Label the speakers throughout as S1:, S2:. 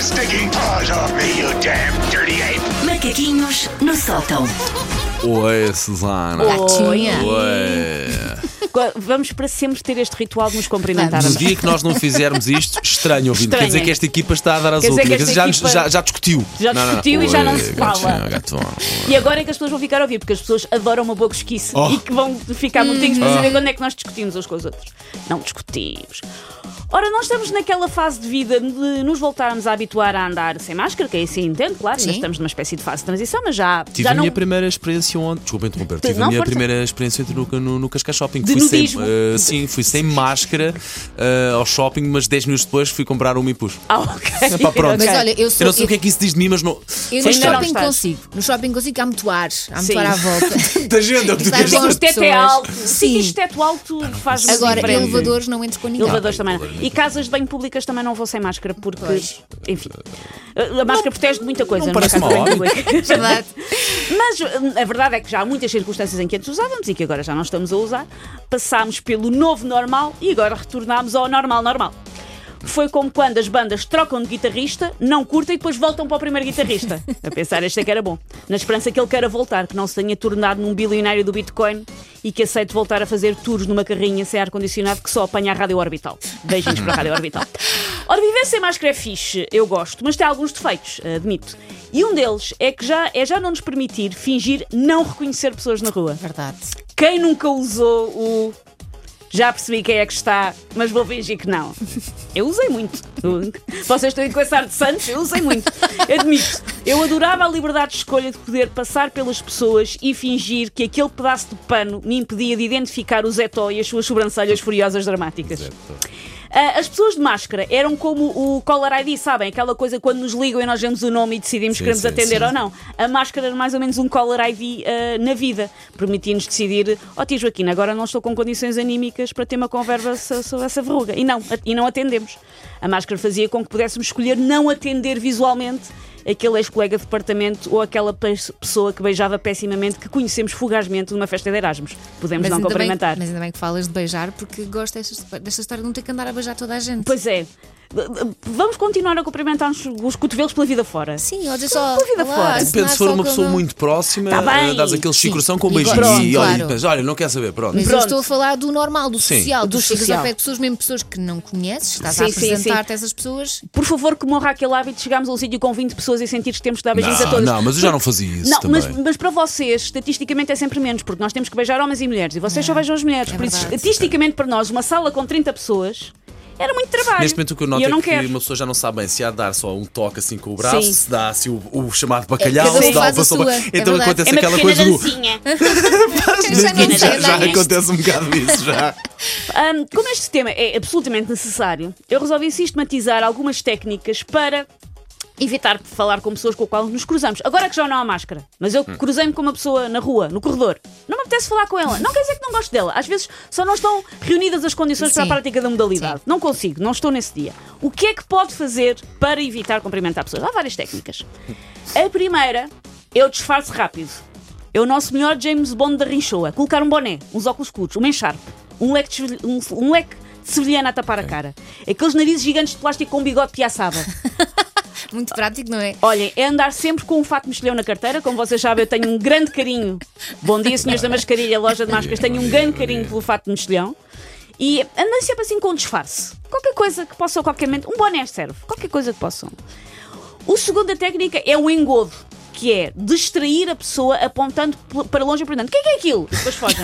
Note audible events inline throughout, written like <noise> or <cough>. S1: stinking paws off me, you damn dirty ape!
S2: Macaquinhos no sótão.
S3: Oi, Susana.
S4: Tchunha.
S3: Oi.
S5: Agora, Vamos para sempre ter este ritual de nos cumprimentarmos.
S3: No dia que nós não fizermos isto, estranho ouvinte. Quer
S5: Estranho.
S3: dizer que esta equipa está a dar as
S5: Quer dizer que
S3: últimas.
S5: esta
S3: Já,
S5: equipa-
S3: já, já discutiu.
S5: Já discutiu e já não
S3: Oi,
S5: se fala.
S3: gatinho, gatona.
S5: E agora é que as pessoas vão ficar a ouvir, porque as pessoas adoram uma boa cosquice e que vão ficar mortinhos para saber quando é que nós discutimos uns com os outros. Não discutimos. Ora, nós estamos naquela fase de vida de nos voltarmos a habituar a andar sem máscara, que é assim entendo, claro, ainda
S4: Sim.
S5: estamos numa espécie de fase de transição, mas já,
S3: Tive
S5: já
S3: a
S5: não.
S3: minha primeira experiência ontem. Desculpa interromper. Tive a
S5: Não,
S3: minha
S5: força.
S3: primeira experiência no, no, no Cascais Shopping.
S5: De
S3: fui sem,
S5: nudismo.
S3: eh, sim, fui sem máscara eh, ao shopping, mas 10 minutos depois fui comprar uma e pus.
S5: Ah, ok.
S3: Epá, pronto.
S4: Mas
S5: Ok.
S4: olha, eu sou.
S3: Eu não sei o que é que isso diz de mim, mas não.
S4: eu
S3: Foi
S4: no
S5: Ainda não
S4: shopping
S5: estás.
S4: consigo. No shopping consigo há muito ar.
S5: <laughs>
S4: Há
S5: Sim.
S4: muito ar à volta.
S3: muita gente, é o que tu queres
S4: Sabes,
S5: Sim,
S4: Sim,
S3: dizer.
S5: o
S4: as
S5: teto é
S4: pessoas.
S5: alto. Sim,
S4: Sim.
S5: isto teto alto faz muito
S4: Agora,
S5: diferente.
S4: elevadores não entro com ninguém.
S5: Elevadores também não.
S3: elevador
S5: E casas de banho públicas também não vou sem máscara, porque,
S4: Pois.
S5: enfim, a máscara protege de muita coisa.
S3: não
S5: numa
S3: parece
S5: casa de
S3: mau
S5: banho
S3: hábito.
S5: pública.
S4: Verdade.
S5: Mas hum, a verdade é que já há muitas circunstâncias em que antes usávamos e que agora já não estamos a usar. Passámos pelo novo normal e agora retornámos ao normal normal. Foi como quando as bandas trocam de guitarrista, não curtem e depois voltam para o primeiro guitarrista. A pensar, este é que era bom. Na esperança que ele queira voltar, que não se tenha tornado num bilionário do Bitcoin e que aceite voltar a fazer tours numa carrinha sem ar-condicionado que só apanha a rádio orbital. Beijinhos para a rádio orbital. Ora, viver sem máscara é fixe, eu gosto, mas tem alguns defeitos, admito. E um deles é que já é já não nos permitir fingir não reconhecer pessoas na rua.
S4: Verdade.
S5: Quem nunca usou o já percebi quem é que está, mas vou fingir que não. Eu usei muito. Vocês têm com esse ar de Santos? Eu usei muito. Admito. Eu adorava a liberdade de escolha de poder passar pelas pessoas e fingir que aquele pedaço de pano me impedia de identificar o Zetó e as suas sobrancelhas furiosas dramáticas. Ah, as pessoas de máscara eram como o Collar ID, sabem? Aquela coisa quando nos ligam e nós vemos o nome e decidimos se
S3: Sim,
S5: queremos
S3: sim,
S5: atender
S3: sim.
S5: ou não. A máscara era mais ou menos um Collar ID ah, na vida. Permitia-nos decidir: ó tio Joaquim, agora não estou com condições anímicas para ter uma conversa sobre essa verruga. E não, e não atendemos. A máscara fazia com que pudéssemos escolher não atender visualmente aquele ex-colega de departamento ou aquela pe- pessoa que beijava pessimamente que conhecemos fugazmente numa festa de Erasmus. Podemos não
S4: ainda bem,
S5: cumprimentar.
S4: mas ainda bem que falas de beijar, porque gosto desta, desta história de não ter que andar a beijar toda a gente.
S5: Pois é. Vamos continuar a cumprimentar-nos os cotovelos pela vida fora.
S4: Sim, olha só.
S5: Pela vida
S4: olá,
S5: fora.
S4: assinar
S3: Depende se for
S4: só
S3: uma
S4: com a
S3: pessoa
S4: mão.
S3: muito próxima,
S5: Tá bem.
S3: eh, dás aquele
S4: Sim.
S3: chicroção com um
S4: E
S3: beijinho
S4: pronto,
S3: e olha, e
S4: claro.
S3: pensas, olha, não quer saber, pronto.
S4: Mas eu
S5: Pronto.
S4: estou a falar do normal, do
S3: Sim.
S4: social,
S5: Do
S4: do chegas
S5: social.
S4: ao pé de pessoas, mesmo pessoas que não conheces, estás
S5: Sim,
S4: a
S5: sim, sim.
S4: apresentar-te a essas pessoas.
S5: Por favor, que morra aquele hábito de chegarmos a um sítio com 20 pessoas e sentir que temos de dar beijinhos a
S3: Não,
S5: todas.
S3: não, mas eu já não fazia isso
S5: Não,
S3: também.
S5: mas, mas para vocês, estatisticamente é sempre menos, porque nós temos que beijar homens e mulheres e vocês só beijam as mulheres. Por isso,
S4: É. verdade.
S5: estatisticamente para nós, uma sala com 30 pessoas era muito trabalho.
S3: Neste momento o que eu noto
S5: e eu não
S3: é que
S5: quero.
S3: uma pessoa já não sabe bem se há de dar só um toque assim com o braço,
S5: Sim.
S3: se dá assim o, o chamado bacalhau,
S4: cada um
S3: se dá
S4: faz a
S3: passou-
S4: sua, é
S3: Então
S4: verdade.
S3: acontece
S5: É uma
S3: aquela
S5: pequena
S3: coisa do.
S5: dancinha.
S3: <laughs>
S4: já não sei,
S3: Já, já
S4: não é?
S3: acontece um bocado isso, já.
S5: Hum, como este tema é absolutamente necessário, eu resolvi sistematizar algumas técnicas para evitar falar com pessoas com as quais nos cruzamos. Agora que já não há máscara, mas eu cruzei-me com uma pessoa na rua, no corredor. Não me apetece falar com ela. Não quer dizer que não gosto dela. Às vezes só não estão reunidas as condições para a
S4: Sim.
S5: prática da modalidade. Não consigo, não estou nesse dia. O que é que pode fazer para evitar cumprimentar pessoas? Há várias técnicas. A primeira, eu disfarço rápido. É o nosso melhor James Bond da Rinchoa. Colocar um boné, uns óculos escuros, uma encharpe, um leque, de sevilh- um, um leque de sevilhana a tapar a cara. Aqueles narizes gigantes de plástico com bigode de piaçaba.
S4: Muito prático, não é?
S5: Olhem, é andar sempre com um fato mexilhão na carteira. Como vocês sabem, eu tenho um grande carinho. Bom dia, senhores da mascarilha, loja de máscaras. Tenho um grande carinho pelo fato de mexilhão. E andem sempre assim com um disfarce. Qualquer coisa que possam, qualquer momento. Um boné serve. Qualquer coisa que possam. O segunda técnica é o engodo, que é distrair a pessoa apontando pel- para longe e perguntando: o que é que é aquilo? E depois
S3: <laughs>
S5: fogem.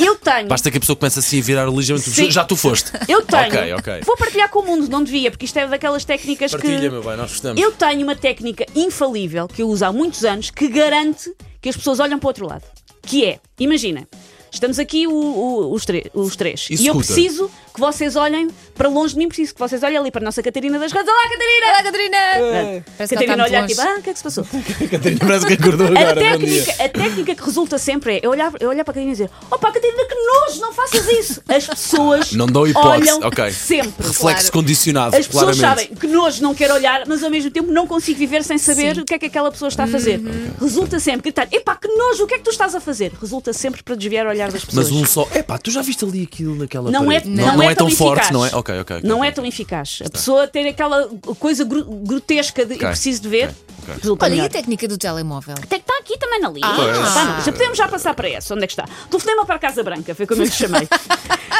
S5: Eu tenho.
S3: Basta que a pessoa comece assim a virar ligeiramente.
S5: Sim.
S3: Já tu foste.
S5: Eu tenho.
S3: Ok, ok.
S5: Vou partilhar com o mundo, não devia, porque isto é daquelas técnicas que.
S3: Partilha, meu bem, nós gostamos.
S5: Eu tenho uma técnica infalível que eu uso há muitos anos que garante que as pessoas olham para o outro lado. Que é, imagina, estamos aqui o- o- os, tre- os três.
S3: E
S5: eu
S3: escuta.
S5: preciso que vocês olhem para longe de mim, preciso que vocês olhem ali para a nossa Catarina das Redes. Olá, Catarina!
S4: Olá, Catarina! É. Parece que
S5: Catarina
S4: ela está
S5: olhar
S4: muito
S5: tipo,
S4: longe.
S5: ah, o que é que se passou?
S3: Catarina <laughs> parece que acordou
S5: A
S3: agora. bom dia.
S5: técnica, a técnica que resulta sempre é eu olhar, eu olhar para a Catarina e dizer: opa, Catarina, que nojo, não faças isso! As pessoas
S3: Não dão hipótese.
S5: olham
S3: ok.
S5: sempre.
S3: Reflexo
S4: claro.
S3: condicionado,
S5: As pessoas
S3: claramente.
S5: sabem que nojo não quero olhar, mas ao mesmo tempo não consigo viver sem saber o que é que Uhum. aquela pessoa está a fazer. Resulta sempre gritar: epá, que nojo, o que é que tu estás a fazer? Resulta sempre para desviar o olhar familiar das pessoas.
S3: Mas um só. Epá, tu já viste ali aquilo naquela
S5: Não é-
S3: parede?
S5: não é
S3: tão,
S5: tão
S3: forte,
S5: eficaz.
S3: não é? Ok, ok. ok,
S5: Não
S3: ok.
S5: é tão eficaz. A pessoa ter aquela coisa gru- grotesca de
S3: Ok,
S5: eu preciso de ver,
S3: ok, ok.
S5: resulta
S4: Olha, e
S5: melhor.
S4: a técnica do telemóvel?
S5: Até que está aqui também na lista.
S4: Pois.
S3: Ah.
S5: Está na- já podemos já passar para essa. Onde é que está? Telefonema para a Casa Branca, foi como eu lhe <laughs> chamei.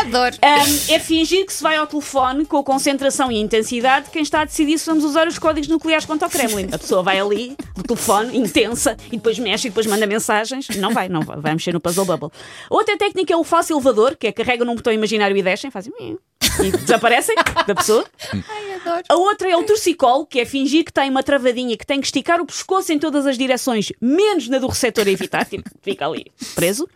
S4: Adoro.
S5: Ahm, é fingir que se vai ao telefone com concentração e intensidade quem está a decidir se vamos usar os códigos nucleares contra o Kremlin. A pessoa vai ali, do telefone, intensa, e depois mexe e depois manda mensagens. Não vai, não vai, vai mexer no puzzle bubble. Outra técnica é o fácil elevador, que é carrega num botão imaginário e descem, fazem. "Miu", E desaparecem da pessoa.
S4: Adoro.
S5: A outra é o torcicolo, que é fingir que tem uma travadinha, que tem que esticar o pescoço em todas as direções, menos na do receptor a evitar, tipo, fica ali preso.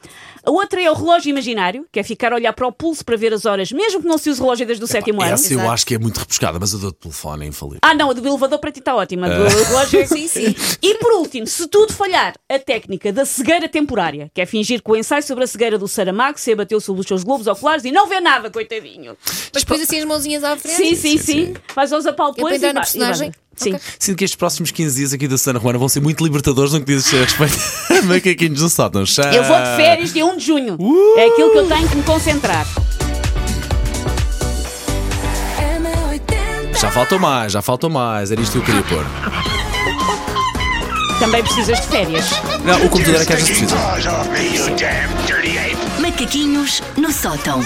S5: A outra é o relógio imaginário, que é ficar a olhar para o pulso para ver as horas, mesmo que não se use relógio desde o sétimo Um ano.
S3: Essa eu acho que é muito repescada, mas a dor de telefone é infalível.
S5: Ah, não, a do elevador para ti está ótima. a Do relógio. é
S4: Sim, sim.
S5: E por último, se tudo falhar, a técnica da cegueira temporária, que é fingir que o ensaio sobre a cegueira do Saramago se abateu sobre os seus globos oculares e não vê nada, coitadinho.
S4: Mas depois assim as mãozinhas à frente.
S5: Sim, sim, sim. Faz aos apalpões
S4: É para entrar
S5: e
S4: na
S5: vai- e vai.
S4: personagem?
S5: Sim.
S3: Sinto que estes próximos 15 dias aqui da Sana Romana vão ser muito libertadores no que dizes a respeito <laughs> a macaquinhos no sótão. Chá.
S5: Eu vou de férias dia 1 de junho. É aquilo que eu tenho que me concentrar.
S3: Já faltou mais, já faltou mais. Era isto que eu queria pôr.
S5: Também precisas de férias.
S3: Não, o computador é que às vezes
S1: Sticking
S3: precisa.
S1: paws off me, you damn dirty ape!
S2: Macaquinhos no sótão.